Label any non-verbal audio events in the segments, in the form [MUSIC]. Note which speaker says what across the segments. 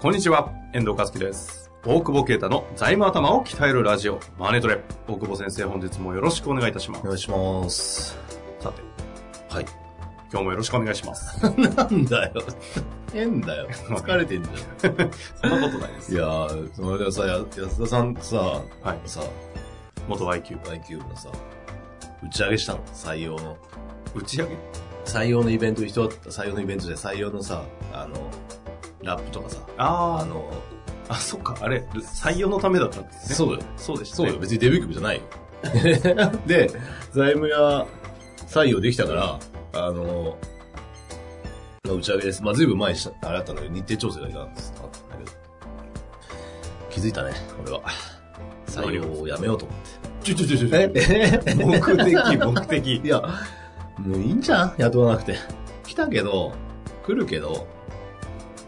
Speaker 1: こんにちは、遠藤和樹です。大久保啓太の財務頭を鍛えるラジオ、マネトレ。大久保先生、本日もよろしくお願いいたしま
Speaker 2: お願いします。
Speaker 1: す。さて、
Speaker 2: はい。
Speaker 1: 今日もよろしくお願いします。
Speaker 2: なん [LAUGHS] だよ。変だよ。疲れてんじゃん。
Speaker 1: そんなことないです。
Speaker 2: いやー、その間さ、や安田さんさ、
Speaker 1: はい。
Speaker 2: さ、
Speaker 1: 元 IQ。
Speaker 2: IQ のさ、打ち上げしたの採用の。
Speaker 1: 打ち上げ
Speaker 2: 採用のイベント、人、採用のイベントで採用のさ、あの、ラップとかさ、
Speaker 1: あ
Speaker 2: あ
Speaker 1: ー
Speaker 2: の、
Speaker 1: あ、そっか、あれ、採用のためだったんですね。
Speaker 2: そうよ。
Speaker 1: そうでした
Speaker 2: そう
Speaker 1: ね。
Speaker 2: よ。別にデビュー曲じゃないよ。 [LAUGHS] で、財務屋採用できたから、あの、打ち上げです。まあ、ずいぶん前にしたあれだったんだけど、日程調整だけなんです。あったんだけど。気づいたね、俺は。採用をやめようと思
Speaker 1: ちょちょちょちょ。
Speaker 2: って。
Speaker 1: 目的、 [LAUGHS] 目的。
Speaker 2: [LAUGHS] いや、もういいんじゃん雇わなくて。来たけど、来るけど、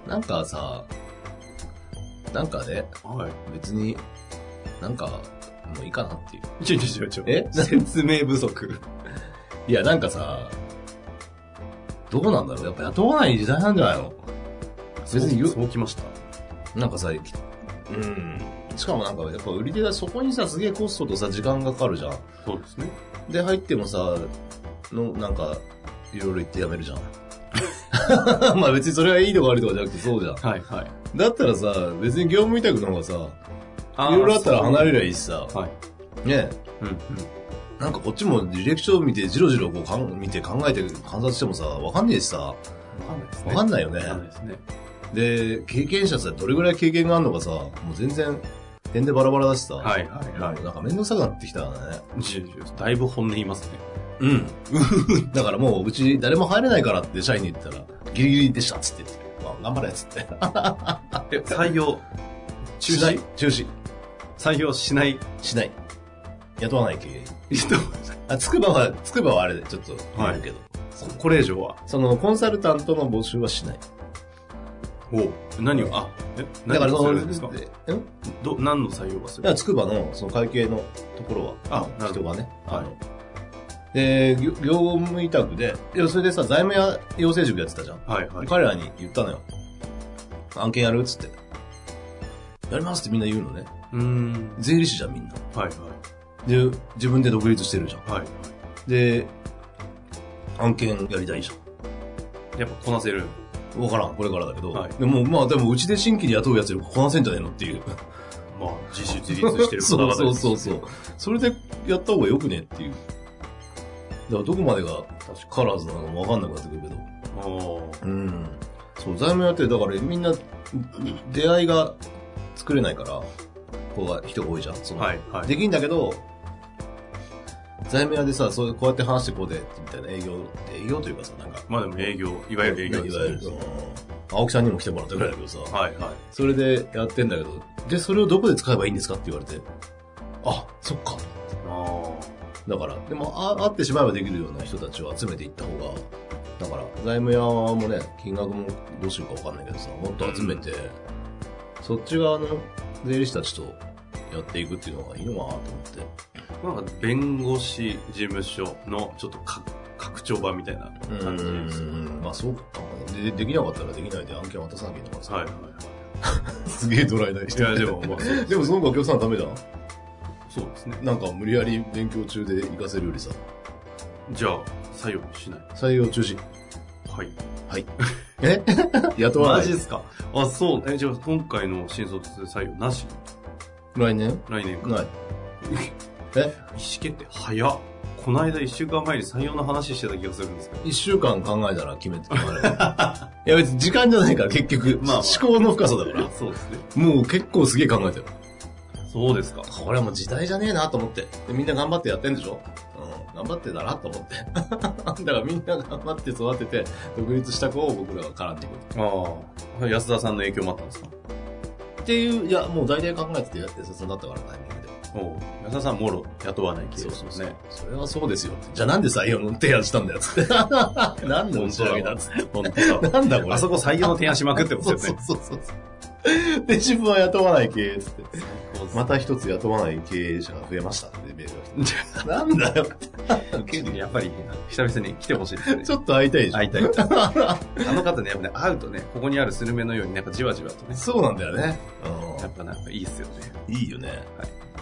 Speaker 2: なんかさ、なんかね、
Speaker 1: は
Speaker 2: 別に、なんか、もういいかなっていう。
Speaker 1: い。ちょちょちょちょ。
Speaker 2: え
Speaker 1: 説明不足。
Speaker 2: いや、なんかさ、どうなんだろうやっぱ雇わない時代なんじゃないの別に
Speaker 1: そうそうきました。
Speaker 2: なんかさ、うん。しかもなんか、やっぱ売り手がそこにさ、すげえコストとさ、時間がかかるじゃん。
Speaker 1: そうですね。
Speaker 2: で、入ってもさ、の、なんか、いろいろ言ってやめるじゃん。 [LAUGHS] まあ別にそれはいいとか悪いとかじゃなくてそうじゃん。
Speaker 1: はいはい。
Speaker 2: だったらさ、別に業務委託の方がさ、
Speaker 1: あー
Speaker 2: いろいろあったら離れりゃいいしさ、
Speaker 1: はい。
Speaker 2: ね
Speaker 1: うんうん。
Speaker 2: なんかこっちも履歴書を見て、じろじろこうかん見て考えて観察してもさ、わかんねえしさ、
Speaker 1: わかんないですね。
Speaker 2: わかんないよね
Speaker 1: わかんないですね。
Speaker 2: で、経験者さ、どれぐらい経験があるのかさ、もう全然、点でバラバラだしさ、
Speaker 1: はいはいはい。
Speaker 2: なんか面倒くさくなってきたからね。
Speaker 1: じゅじゅだいぶ本音言いますね。
Speaker 2: うん。 [LAUGHS] だからもう、うち誰も入れないからって社員に言ったら、ギリギリでしたっつって言って、まあ、頑張れっつって。
Speaker 1: え、採用、中
Speaker 2: しない
Speaker 1: 止
Speaker 2: 中止。
Speaker 1: 採用し [LAUGHS] ない。
Speaker 2: しない。雇わない経営。
Speaker 1: 人
Speaker 2: あ、つくばは、つくばはあれでちょっと言えるけど、
Speaker 1: ここれ以上は。
Speaker 2: その、コンサルタントの募集はしない。
Speaker 1: お何を、あ、え、
Speaker 2: だから
Speaker 1: 何をす
Speaker 2: その、
Speaker 1: るんですか
Speaker 2: えん
Speaker 1: ど、何の採用がす
Speaker 2: だから
Speaker 1: る
Speaker 2: つくばのその会計のところは、
Speaker 1: あなるほ
Speaker 2: 人
Speaker 1: ど
Speaker 2: がね、
Speaker 1: はい
Speaker 2: あので業、業務委託で、いやそれでさ、財務や養成塾やってたじゃん。
Speaker 1: はいはい。
Speaker 2: 彼らに言ったのよ。案件やるっつって。やりますってみんな言うのね。
Speaker 1: うーん。
Speaker 2: 税理士じゃんみんな。
Speaker 1: はい
Speaker 2: で、自分で独立してるじゃん。
Speaker 1: はい。は
Speaker 2: で、案件やりたいじ
Speaker 1: い。やっぱこなせる。
Speaker 2: ゃん。わからん、これからだけど。
Speaker 1: はい
Speaker 2: でも、まあでもうちで新規で雇うやつよりこなせんじゃねえのっていう。
Speaker 1: まあ、自主自立してる方々です
Speaker 2: そうそうそうそう。それでやった方がよくねっていう。だからどこまでがカラーズなのかわかんなくなってくるけど。
Speaker 1: おー
Speaker 2: うん。そう、財務やってる、だからみんな出会いが作れないから、こうは人が多いじゃん。その
Speaker 1: はいはい。
Speaker 2: できんだけど、財務屋でさ、そうこうやって話してこうで、みたいな営業、営業というかさ、なんか、
Speaker 1: まあでも営業、いわゆる営業
Speaker 2: い
Speaker 1: です
Speaker 2: わ
Speaker 1: ね
Speaker 2: ゆるその、青木さんにも来てもらったぐらいだけどさ、
Speaker 1: はいはい。
Speaker 2: それでやってんだけど、で、それをどこで使えばいいんですかって言われて、あ、そっか。
Speaker 1: あ
Speaker 2: だから、でも、あ、会ってしまえばできるような人たちを集めていった方が、だから、財務屋もね、金額もどうしようかわかんないけどさ、もっと集めて、そっち側の税理士たちとやっていくっていうのがいいのかなと思
Speaker 1: あ。なんか、弁護士事務所の、ちょっとか拡張版みたいな
Speaker 2: って。
Speaker 1: 感じですね。
Speaker 2: うんまあ、そうかもね。で、できなかったらできないで案件渡さなきゃいけないからさ、
Speaker 1: はいはい
Speaker 2: すげえドライな人。
Speaker 1: はい。いや、でも、まあ、そう
Speaker 2: でも、その方がお客さんのためじゃん。
Speaker 1: そうですね。
Speaker 2: なんか、無理やり勉強中で行かせるよりさ、
Speaker 1: じゃあ、採用しない。
Speaker 2: 採用中止。
Speaker 1: はい。
Speaker 2: え [LAUGHS] 雇わ
Speaker 1: マ
Speaker 2: ない
Speaker 1: ジ。ですかあ、そう。え、じゃあ今回の新卒採用なし
Speaker 2: 来年
Speaker 1: 来年から。意 [LAUGHS]
Speaker 2: ない。え
Speaker 1: 思決定早っ。この間一週間前に採用の話してた気がするんですけど。
Speaker 2: 一週間考えたら決めて決まる。 [LAUGHS] いや別に時間じゃないから結 [LAUGHS] 局、
Speaker 1: まあまあ
Speaker 2: 思考の深さだから。
Speaker 1: [LAUGHS] そうですね。
Speaker 2: [LAUGHS] もう結構すげえ考えてる。
Speaker 1: そうですか。
Speaker 2: これはもう時代じゃねえなと思って。でみんな頑張ってやってんでしょうん。頑張ってんだなと思って。 [LAUGHS] だからみんな頑張って育てて、独立した子を僕らは絡んでいくる。
Speaker 1: ああ。安田さんの影響もあったんですか
Speaker 2: っていう、いや、もう大体考えててやって、そうなったからタイミングで。
Speaker 1: おう安田さんもろ雇わない系ですもんね。
Speaker 2: それはそうですよ。じゃあなんで採用の提案したんだよ、つって。 [LAUGHS] なんで打ち上げだ、つって。
Speaker 1: 本当 [LAUGHS] だ。
Speaker 2: なんだこれ。
Speaker 1: あそこ採用の提案しまくってますよ
Speaker 2: そう
Speaker 1: ね。
Speaker 2: そうそうそう。で、自分は雇わない経営つって。また一つ雇わない経営者が増えましたってメールが
Speaker 1: [LAUGHS]
Speaker 2: 来て。なんだよって。
Speaker 1: やっぱり、久々に来てほしい [LAUGHS] ですね
Speaker 2: ち。ょっと会いたいでしょ。
Speaker 1: 会いたい。あの方ね、やっぱね、会うとね、ここにあるスルメのように、なんかじわじわとね、
Speaker 2: そうなんだよね。
Speaker 1: やっぱなんかいいっすよね。
Speaker 2: うん。いいよね。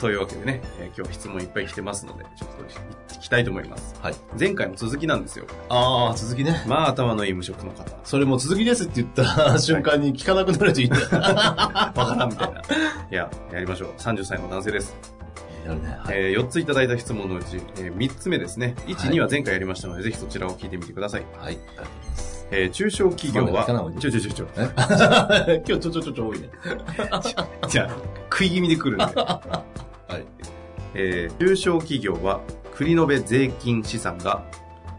Speaker 1: というわけでね、えー今日質問いっぱい来てますので、ちょっと聞きたいと思います。
Speaker 2: はい。
Speaker 1: 前回の続きなんですよ。
Speaker 2: ああ、続きね。
Speaker 1: まあ、頭のいい無職の方。
Speaker 2: それも続きですって言った瞬間に聞かなくなるといいんだよ。
Speaker 1: バカだみたいな。いや、やりましょう。30歳の男性です。
Speaker 2: やるね。はい。
Speaker 1: え4ついただいた質問のうち、え3つ目ですね。1、
Speaker 2: はい
Speaker 1: 2は前回やりましたので、ぜひそちらを聞いてみてください。
Speaker 2: はい。 [LAUGHS]
Speaker 1: えー中小企業は
Speaker 2: まだ聞かない方がい、い
Speaker 1: ちょちょちょちょ、
Speaker 2: 今日ちょちょちょちょ多いね。
Speaker 1: [LAUGHS] じゃあ、食い気味で来
Speaker 2: [LAUGHS]
Speaker 1: るんで。はい。えー中小企業は、国のべ税金資産が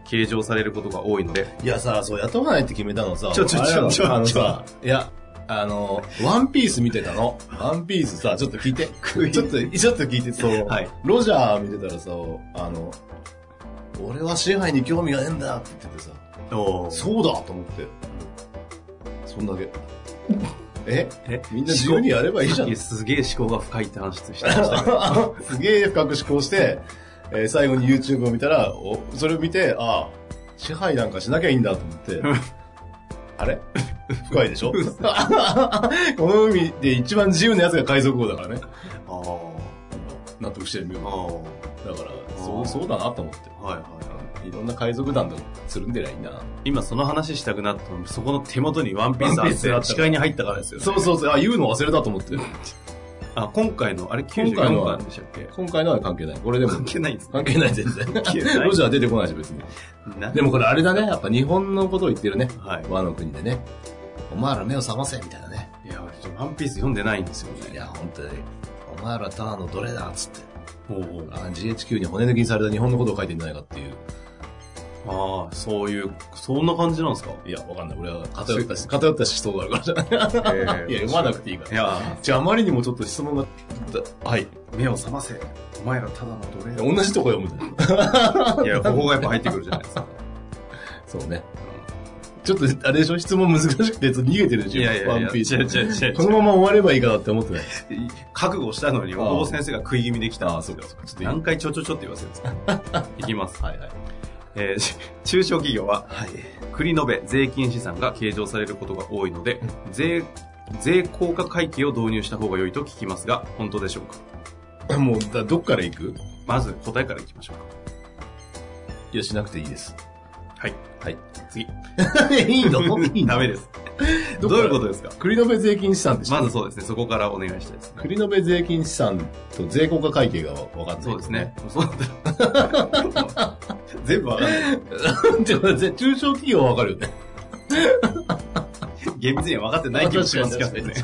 Speaker 1: 計上されることが多いので、
Speaker 2: いやさ、そう、雇わないって決めたのさ、
Speaker 1: ちょちょ
Speaker 2: あれなの
Speaker 1: ちょちょ
Speaker 2: あのさ、いや、あの、ワンピース見てたの。ワンピースさ、ちょっと聞いて。
Speaker 1: 食い
Speaker 2: ちょっと、ちょっと聞いて、そう、
Speaker 1: はい
Speaker 2: ロジャー見てたらさ、あの、俺は支配に興味がねえんだって言っててさ、
Speaker 1: お
Speaker 2: そうだと思って。そんだけ。え
Speaker 1: え
Speaker 2: みんな自由にやればいいじゃん。
Speaker 1: すげえ思考が深いって話してましたけど
Speaker 2: すげえ深く思考して、えー最後に YouTube を見たら、おそれを見て、ああ、支配なんかしなきゃいいんだと思って
Speaker 1: ん、
Speaker 2: あれ深いでしょ [LAUGHS] この海で一番自由なやつが海賊王だからね。
Speaker 1: [LAUGHS] あー
Speaker 2: 納得してる
Speaker 1: あ
Speaker 2: よ。
Speaker 1: ー。
Speaker 2: だから、
Speaker 1: あ
Speaker 2: そ
Speaker 1: ー
Speaker 2: う、そうだなと思って。
Speaker 1: はいはいはい。
Speaker 2: いろんな海賊団とつるんでりゃいいな。
Speaker 1: 今その話したくなったのにそこの手元にワンピースあ
Speaker 2: ワンピース
Speaker 1: っ、
Speaker 2: あってた
Speaker 1: 視界に入ったからですよ、ね。
Speaker 2: そうそうそう、あ、言うの忘れたと思って。
Speaker 1: あ、今回の、あれ
Speaker 2: 今回
Speaker 1: 94
Speaker 2: のは
Speaker 1: 番でしたっけ
Speaker 2: 今回のは関係ない。これでも。
Speaker 1: 関係ないんですね。
Speaker 2: 関係ない、全然。
Speaker 1: 係ない
Speaker 2: ロジャー出てこないし、別に。
Speaker 1: な
Speaker 2: でもこれあれだね。やっぱ日本のことを言ってるね。
Speaker 1: はい。
Speaker 2: 和の国でね。お前ら目を覚ませ、みたいなね。
Speaker 1: いや、俺ちょっとワンピース読んでないんですよね。
Speaker 2: いや、本当に。お前らターンのどれだっつって。
Speaker 1: おう
Speaker 2: あ GHQ に骨抜きにされた日本のことを書いてんじゃないかっていう。
Speaker 1: ああ、そういう、そんな感じなんですか
Speaker 2: いや、わかんない。俺は偏ったし、偏った思想があるからじゃ [LAUGHS] ない。
Speaker 1: えー
Speaker 2: いや、読まなくていいか
Speaker 1: い
Speaker 2: ら。
Speaker 1: や、
Speaker 2: じゃあ、あまりにもちょっと質問が、だはい。
Speaker 1: 目を覚ませ。お前らただの奴隷
Speaker 2: 同じとこ読むんだよ。
Speaker 1: だ。いや、ここがやっぱ入ってくるじゃないですか。
Speaker 2: [LAUGHS] そうね。ちょっと、あれでしょ質問難しくて、ちょっと逃げてるで
Speaker 1: [LAUGHS] い
Speaker 2: しょ
Speaker 1: やいやいや、
Speaker 2: ワンピース。
Speaker 1: 違う違う違う違う
Speaker 2: このまま終わればいいかなって思ってない。
Speaker 1: 覚悟したのに、大久保先生が食い気味できたんですよ
Speaker 2: ああそうかそう。か
Speaker 1: ちょっ
Speaker 2: ちょっ
Speaker 1: と
Speaker 2: と
Speaker 1: 何回ちょちょちょって言わせるんですか [LAUGHS] いきます。
Speaker 2: はいはい。
Speaker 1: えーし [LAUGHS] 中小企業は、
Speaker 2: はい。
Speaker 1: 国のべ税金資産が計上されることが多いので、税、税効果会計を導入した方が良いと聞きますが、本当でしょうか
Speaker 2: もう、だどっから行く
Speaker 1: まず答えからいきましょうか。
Speaker 2: いや、しなくていいです。
Speaker 1: はい。
Speaker 2: はい。
Speaker 1: 次。
Speaker 2: [LAUGHS] いいの [LAUGHS] いい
Speaker 1: [LAUGHS]
Speaker 2: の
Speaker 1: ダメです。ど
Speaker 2: ど
Speaker 1: うい
Speaker 2: こから
Speaker 1: うことですか
Speaker 2: 栗延税金資産でしょ
Speaker 1: まずそうですね、そこからお願いしたいですね。
Speaker 2: 栗延税金資産と税効果会計が分かんない。
Speaker 1: [LAUGHS] そうです
Speaker 2: [LAUGHS]
Speaker 1: ね。。そうだ全部わかんない。
Speaker 2: でもぜ中小企業は分かる
Speaker 1: [LAUGHS]
Speaker 2: よね。
Speaker 1: 厳密には分かってない気もしますけどね。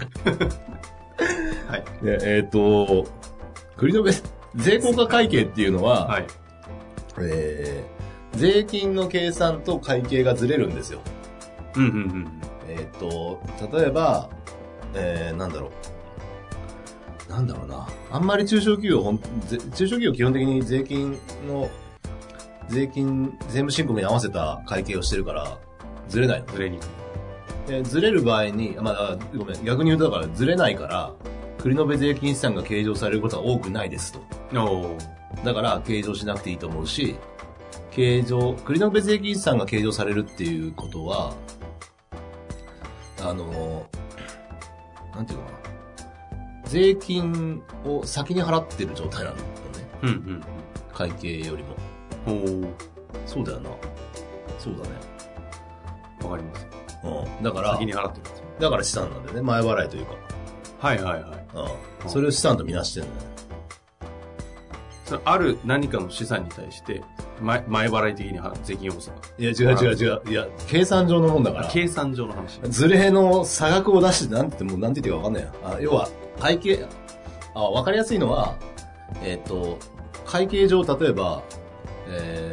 Speaker 1: はい。
Speaker 2: ねえっ、と、栗延税効果会計っていうのは、
Speaker 1: はい。
Speaker 2: えー税金の計算と会計がずれるんですよ。
Speaker 1: うんうんうん。
Speaker 2: えっ、と、例えば、えー、なんだろう。なんだろうな。あんまり中小企業ほん、ぜ中小企業基本的に税金の、税金、税務申告に合わせた会計をしてるから、ずれないの。
Speaker 1: ずれにくい。
Speaker 2: えーずれる場合に、まあ、あごめん、逆に言うとだからずれないから、繰延税金資産が計上されることは多くないですと。
Speaker 1: おー
Speaker 2: だから、計上しなくていいと思うし、計上、繰延税金資産が計上されるっていうことは、あの、なんていうのかな。税金を先に払ってる状態なんだよね。
Speaker 1: うん
Speaker 2: 会計よりも。
Speaker 1: うん。おー
Speaker 2: そうだよな。そうだね。
Speaker 1: わかります。
Speaker 2: うん。だから
Speaker 1: 先、に払ってるんですよ。
Speaker 2: だから資産なんだよね。前払いというか。
Speaker 1: はいはいはい。
Speaker 2: うん。それを資産とみなしてるんだよね。
Speaker 1: それある何かの資産に対して、前前払い的に払う税金を納める
Speaker 2: いや、違う違う違う。いや、計算上のもんだか
Speaker 1: あ
Speaker 2: ら。
Speaker 1: 計算上の話。
Speaker 2: ずれの差額を出して、なんて言っても、なんて言っていいかわかんないや。あ、要は、会計、あ、わかりやすいのは、えっ、と、会計上、例えば、え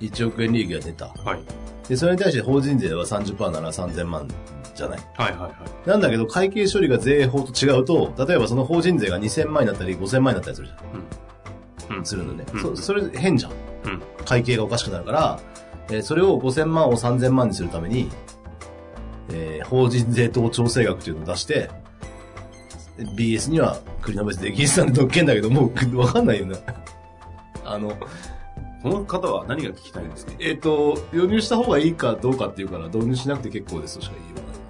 Speaker 2: ー、1億円利益が出た。
Speaker 1: はい。
Speaker 2: で、それに対して法人税は30%なら3000万じゃない。
Speaker 1: はいはいはい。
Speaker 2: なんだけど、会計処理が税法と違うと、例えばその法人税が2000万になったり5000万になったりするじゃん。
Speaker 1: うん。
Speaker 2: するのね。
Speaker 1: うん
Speaker 2: そそれ変じゃん。
Speaker 1: うん
Speaker 2: 会計がおかしくなるから、えーそれを5000万を3000万にするために、えー法人税等調整額というのを出して、BS には国の別で銀さんの特権だけど、もうわかんないよね。 [LAUGHS] あの、
Speaker 1: この方は何が聞きたいんですか
Speaker 2: えっ、と、導入した方がいいかどうかっていうから、導入しなくて結構ですとしか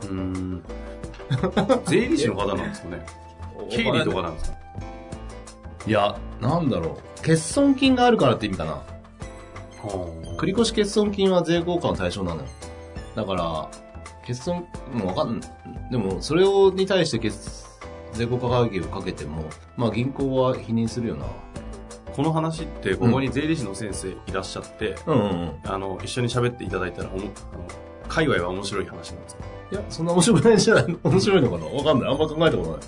Speaker 2: 言
Speaker 1: うーん。税理士の方なんですか [LAUGHS] ね
Speaker 2: わない。
Speaker 1: 経理とかなんですか
Speaker 2: いや、なんだろう。欠損金があるからって意味かな。繰り越し欠損金は税交換の対象なのよ。だから、欠損、もうわかんでも、それを、に対して欠、税交換会議をかけても、まあ銀行は否認するよな。
Speaker 1: この話って、ここに税理士の先生いらっしゃって、
Speaker 2: うんうんうん。
Speaker 1: あの、一緒に喋っていただいたら、おもあの、界隈は面白い話なんですよ
Speaker 2: いや、そんな面白くないんじゃない [LAUGHS] 面白いのかなわかんない。あんま考えたことない。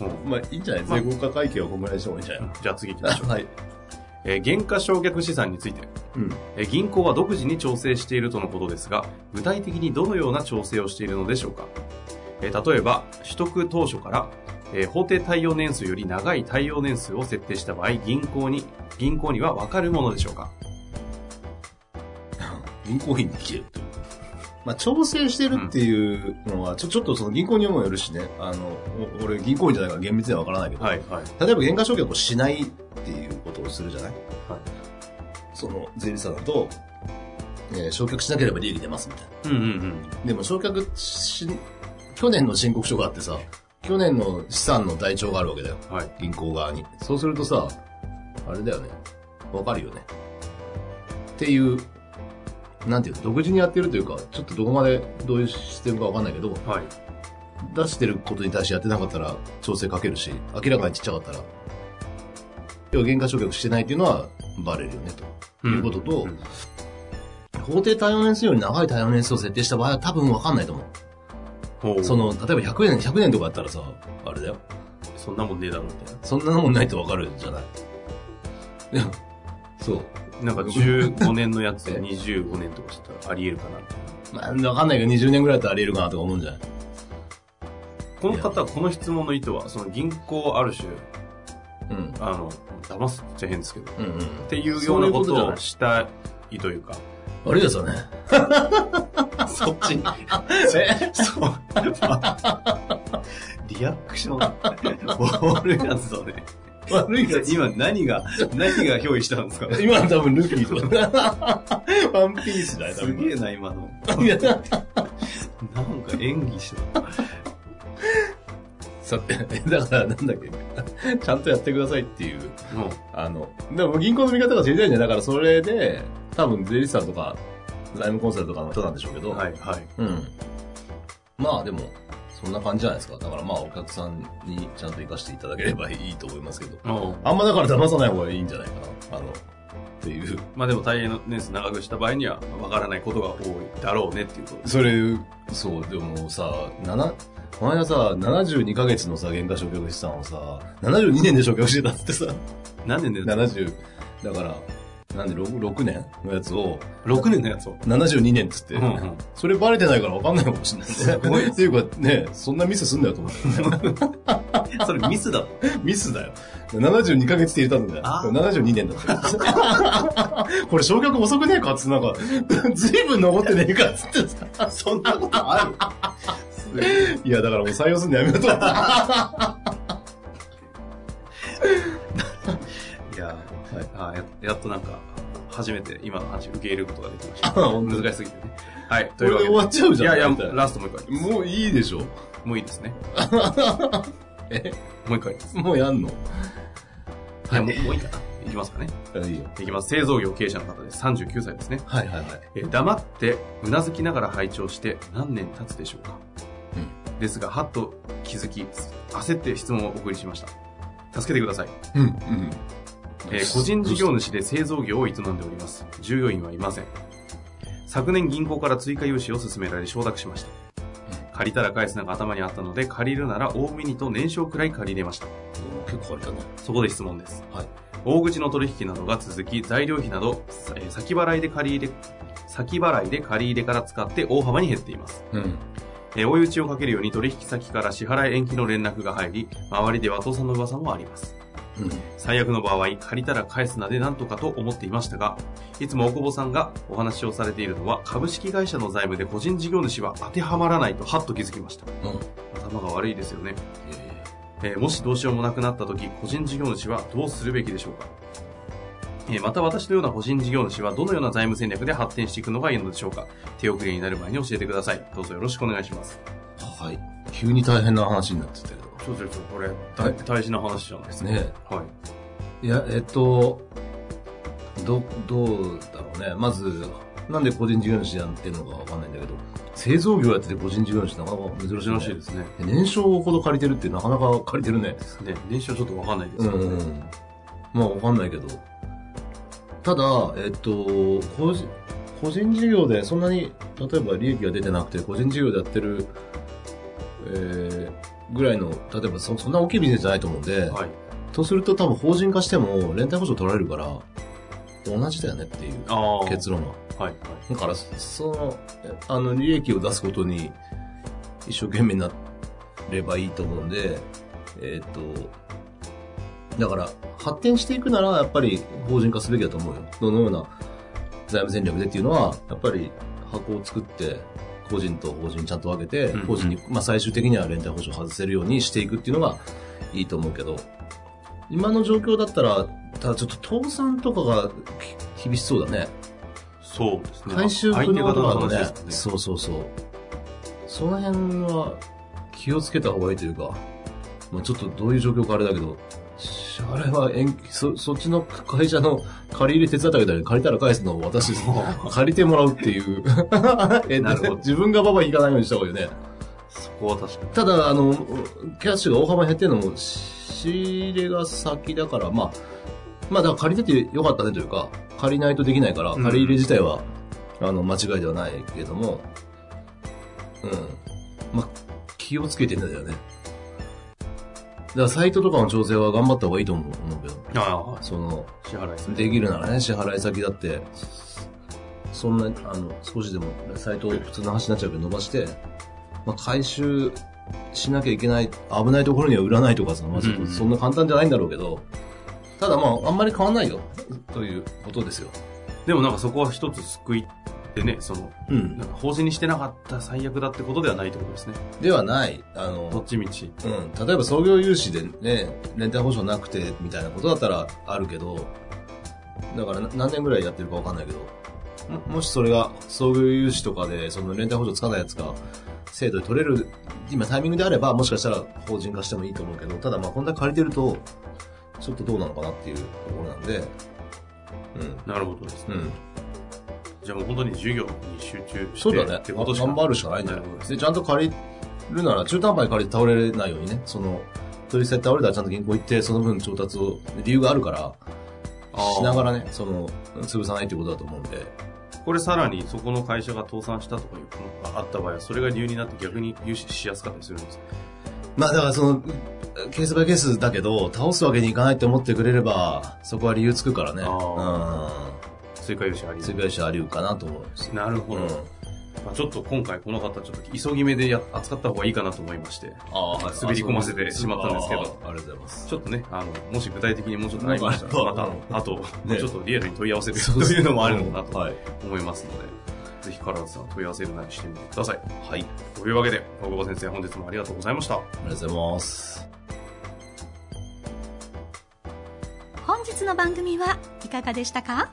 Speaker 1: うん
Speaker 2: まあいいんじゃない税
Speaker 1: まあ
Speaker 2: 交換会計はこんぐらいにした方がいいんじゃない
Speaker 1: じゃあ次行きましょう。
Speaker 2: はい。
Speaker 1: えー減価償却資産について、
Speaker 2: うん。
Speaker 1: えー銀行は独自に調整しているとのことですが、具体的にどのような調整をしているのでしょうか。えー例えば、取得当初から、えー法定対応年数より長い対応年数を設定した場合、銀行に、銀行には分かるものでしょうか。
Speaker 2: 銀行員に消えるという。まあ、調整してるっていうのは、ちょ、ちょっとその銀行にもよるしね、あの、お俺銀行員じゃないから厳密にはわからないけど、
Speaker 1: はい、はい。
Speaker 2: 例えば減価償却をしないっていうことをするじゃない
Speaker 1: はい
Speaker 2: その税理士さんだと、えー償却しなければ利益出ますみたい
Speaker 1: うんうんうん。
Speaker 2: な。でも償却し、去年の申告書があってさ、去年の資産の台帳があるわけだよ。
Speaker 1: はい。
Speaker 2: 銀行側に。そうするとさ、あれだよね。わかるよね。っていう、なんていうの、独自にやってるというか、ちょっとどこまでどういうシステムかわかんないけど、
Speaker 1: はい。
Speaker 2: 出してることに対してやってなかったら調整かけるし、明らかにちっちゃかったら、要は減価償却してないっていうのはバレるよね、ということと、
Speaker 1: うん
Speaker 2: 法定対応年数より長い対応年数を設定した場合は多分わかんないと思う。
Speaker 1: ほう
Speaker 2: そ、の、例えば100年、100年とかやったらさ、あれだよ。
Speaker 1: そんなもんねえだろ、みたい
Speaker 2: そんなもんないとわかるじゃない。いやそう。
Speaker 1: な。なんか15年のや [LAUGHS] つ
Speaker 2: え
Speaker 1: 25年とかしたらありえるかな、みたいな。
Speaker 2: まあ、わかんないけど20年ぐらいだったらありえるかなとか思うんじゃない
Speaker 1: この方はこの質問の意図は、その銀行ある種、
Speaker 2: うん。
Speaker 1: あの、騙すっちゃ変ですけど、っ
Speaker 2: うんうん。
Speaker 1: ていうようなこ
Speaker 2: そういうことじゃ
Speaker 1: とを
Speaker 2: ない
Speaker 1: したいというか、
Speaker 2: あるいはさね。
Speaker 1: [LAUGHS] そっちに、
Speaker 2: え
Speaker 1: [LAUGHS] そう、リアクション、悪いやつだね。
Speaker 2: 悪いやつ。
Speaker 1: 今何が、何が憑依したんですか
Speaker 2: [LAUGHS] 今の多分ルフィとか。 [LAUGHS] ワンピースだよ、多
Speaker 1: す
Speaker 2: 分。
Speaker 1: げえな、今の。なんか演技してた。
Speaker 2: さて、 [LAUGHS] だからなんだっけ。 [LAUGHS] ちゃんとやってくださいっていう。
Speaker 1: もう
Speaker 2: あの、でも銀行の見方が知りたいんだよ。だからそれで、多分税理士さんとか、財務コンサルとかの人なんでしょうけど。
Speaker 1: はい、はい。
Speaker 2: うん。まあでも、そんな感じじゃないですか。だからまあお客さんにちゃんと生かしていただければいいと思いますけど。
Speaker 1: もう
Speaker 2: あんまだから騙さない方がいいんじゃないかな。あの、っていう。 [LAUGHS]
Speaker 1: まあでも大変の年数長くした場合には、わからないことが多いだろうねっていうことです。
Speaker 2: それ、そう、でもさ、7、この間さ、72ヶ月のさ、減価償却資産をさ、72年で償却してたっつってさ、
Speaker 1: 何年で
Speaker 2: 70、だから、なんで 6, 6年のやつを、
Speaker 1: ?6 年のやつを。
Speaker 2: 72年っつって、
Speaker 1: うんうん
Speaker 2: それバレてないから分かんないかもしれない。
Speaker 1: すごい
Speaker 2: っていうかね、そんなミスすんだよ
Speaker 1: [LAUGHS]
Speaker 2: と思って。
Speaker 1: それミスだと。
Speaker 2: ミスだよ。72ヶ月って入れたんだよ。
Speaker 1: あ
Speaker 2: 72年だった。 [LAUGHS] これ、焼却遅くねえかっつって、なんか、ずいぶん残ってねえかっつってさ、そんなことある [LAUGHS] いや、だからもう採用するのやめようと
Speaker 1: [LAUGHS]
Speaker 2: 思って。
Speaker 1: いやー、あーややっとなんか、初めて今の話受け入れることができました。
Speaker 2: [LAUGHS] 本当
Speaker 1: 難しすぎてね。はい、と
Speaker 2: こ
Speaker 1: いう
Speaker 2: れで
Speaker 1: わけ
Speaker 2: 終わっちゃう
Speaker 1: で。い
Speaker 2: じゃ
Speaker 1: や
Speaker 2: ん。
Speaker 1: いや
Speaker 2: みた、な
Speaker 1: ラストもう一回あります。
Speaker 2: もういいでしょ。
Speaker 1: もういいですね。
Speaker 2: [LAUGHS] え
Speaker 1: もう一回あります。
Speaker 2: もうやんの
Speaker 1: はい、もうもういいかな。いきますかね。
Speaker 2: あいいよ。
Speaker 1: いきます。製造業経営者の方です。39歳ですね。
Speaker 2: はいはいはい。
Speaker 1: えー黙って、うなずきながら拝聴して何年経つでしょうか。ですが、はっと気づき、焦って質問をお送りしました。助けてください。
Speaker 2: うん、うん。
Speaker 1: えー個人事業主で製造業を営んでおります従業員はいません昨年銀行から追加融資を勧められ承諾しました借りたら返すのが頭にあったので借りるなら多めにと年少くらい借り入れました
Speaker 2: 結構あれだね。
Speaker 1: そこで質問です、
Speaker 2: はい
Speaker 1: 大口の取引などが続き、材料費など、えー先払いで借り入れ、先払いで借り入れから使って大幅に減っています。
Speaker 2: うん。
Speaker 1: えー追い打ちをかけるように取引先から支払い延期の連絡が入り、周りでは倒産の噂もあります。最悪の場合、借りたら返すなでなんとかと思っていましたが、いつも大久保さんがお話をされているのは、株式会社の財務で個人事業主は当てはまらないと、はっと気づきました。
Speaker 2: うん。うん。
Speaker 1: 頭が悪いですよね。えーもしどうしようもなくなった時、個人事業主はどうするべきでしょうかえーまた私のような個人事業主はどのような財務戦略で発展していくのがいいのでしょうか手遅れになる前に教えてください。どうぞよろしくお願いします。
Speaker 2: はい。急に大変な話になってたけど。
Speaker 1: そうそうそう、これ、
Speaker 2: だい
Speaker 1: 大事な話じゃないです
Speaker 2: ねえ。
Speaker 1: はい。
Speaker 2: いや、えっと、ど、どうだろうね。まず、なんで個人事業主やってるのかわかんないんだけど、製造業やってて個人事業主なかなか珍しい
Speaker 1: 珍
Speaker 2: ら
Speaker 1: し
Speaker 2: し
Speaker 1: いで
Speaker 2: いです。
Speaker 1: すね。
Speaker 2: 年商ほど借りてるってなかなか借りてるね。
Speaker 1: ね、年収はちょっとわかんないです
Speaker 2: う
Speaker 1: けどね。
Speaker 2: ん。まあわかんないけど。ただ、えっと、個人、個人事業でそんなに、例えば利益が出てなくて、個人事業でやってる、えー、ぐらいの、例えばそそんな大きいビジネスじゃないと思うんで、
Speaker 1: はい。
Speaker 2: とすると多分法人化しても連帯保証取られるから、同じだよねっていう
Speaker 1: ああ。
Speaker 2: 結論は。
Speaker 1: はい。はい。
Speaker 2: だから、その、えあの、利益を出すことに一生懸命になればいいと思うんで、えーっ、と、だから、発展していくならやっぱり法人化すべきだと思うよ。どのような財務戦略でっていうのは、やっぱり箱を作って、個人と法人ちゃんと分けて
Speaker 1: うん、
Speaker 2: 個人に、まあ最終的には連帯保証を外せるようにしていくっていうのがいいと思うけど、今の状況だったら、ただちょっと倒産とかがき厳しそうだね。
Speaker 1: そうですね。
Speaker 2: 回収不
Speaker 1: 相手
Speaker 2: 能
Speaker 1: 方
Speaker 2: と
Speaker 1: の
Speaker 2: か
Speaker 1: 話
Speaker 2: ね
Speaker 1: ですね。 [LAUGHS]
Speaker 2: そうそうそう。その辺は気をつけた方がいいというか、まあ、ちょっとどういう状況かあれだけど、支払いは延期、そ、そっちの会社の借り入れ手伝ってあげたり、借りたら返すのを私、借りてもらうっていう。 [LAUGHS] え
Speaker 1: なるほど
Speaker 2: 自分がババ行かないようにした方がいいよね。
Speaker 1: そこは確かに。
Speaker 2: ただ、あの、キャッシュが大幅に減ってるのも、仕入れが先だから、まあ、まあ、だから借りててよかったねというか、借りないとできないから、
Speaker 1: うん
Speaker 2: 借り入れ自体は、あの、間違いではないけども、うん。まあ、気をつけてんだよね。だから、サイトとかの調整は頑張った方がいいと思う思うけど、
Speaker 1: ああ、はい
Speaker 2: その、
Speaker 1: 支払いですね。
Speaker 2: できるならね、支払い先だって、そんな、あの、少しでも、サイトを普通の話になっちゃうけど伸ばして、まあ、回収しなきゃいけない、危ないところには売らないとかさ、まあ、ちょっ
Speaker 1: うんう
Speaker 2: と
Speaker 1: ん
Speaker 2: そんな簡単じゃないんだろうけど、ただまあ、あんまり変わんないよ、ということですよ。
Speaker 1: でもなんかそこは一つ救いってね、その、
Speaker 2: うん
Speaker 1: な。んか法人にしてなかった最悪だってことではないってことですね。
Speaker 2: ではない、あ
Speaker 1: ど
Speaker 2: の
Speaker 1: っ、ちみち。
Speaker 2: うん、例えば創業融資でね、連帯保証なくて、みたいなことだったらあるけど、だからな何年ぐらいやってるかわかんないけど、ももしそれが創業融資とかで、その連帯保証つかないやつが、制度で取れる、今タイミングであれば、もしかしたら法人化してもいいと思うけど、ただまあこんだけ借りてると、ちょっとどうなのかなっていうところなんで、
Speaker 1: なるほどですね。
Speaker 2: うん、うん。
Speaker 1: じゃあもう本当に授業に集中して
Speaker 2: そうだね。
Speaker 1: ってことしか
Speaker 2: 頑張るしかないんじゃ
Speaker 1: な
Speaker 2: な
Speaker 1: る
Speaker 2: い
Speaker 1: ほどですね。
Speaker 2: で、ちゃんと借りるなら、中途半端に借りて倒れないようにね、その、取り先倒れたらちゃんと銀行行って、その分調達を、理由があるから、
Speaker 1: あー
Speaker 2: しながらね、その、潰さないってことだと思うんで、
Speaker 1: これさらにそこの会社が倒産したとかいうのがあった場合は、それが理由になって逆に融資しやすかったりするんですか
Speaker 2: まあだからその、ケースバイケースだけど、倒すわけにいかないって思ってくれれば、そこは理由つくからね、
Speaker 1: あ
Speaker 2: う
Speaker 1: 追加融資あり
Speaker 2: ん。追加者ありうかなと思うんです。
Speaker 1: なる
Speaker 2: う
Speaker 1: ほど。
Speaker 2: ん。
Speaker 1: まあ、ちょっと今回この方ちょっと急ぎ目でや扱った方がいいかなと思いまして、
Speaker 2: ああ、はい
Speaker 1: 滑り込ませてしまったんですけど
Speaker 2: あーありがとうございます。
Speaker 1: ちょっとね、あの、もし具体的にもうちょっとありましたら、
Speaker 2: な
Speaker 1: ま
Speaker 2: んかあれば
Speaker 1: た、あと、
Speaker 2: ね
Speaker 1: ちょっとリアルに問い合わせる [LAUGHS] というのもあるのかなと
Speaker 2: はい。
Speaker 1: 思いますので、ぜひカラーズさん問い合わせるなりしてみてください。
Speaker 2: はい。
Speaker 1: というわけで、大久保先生本日もありがとうございました。
Speaker 2: ありがとうございます。
Speaker 3: 本日の番組はいかがでしたか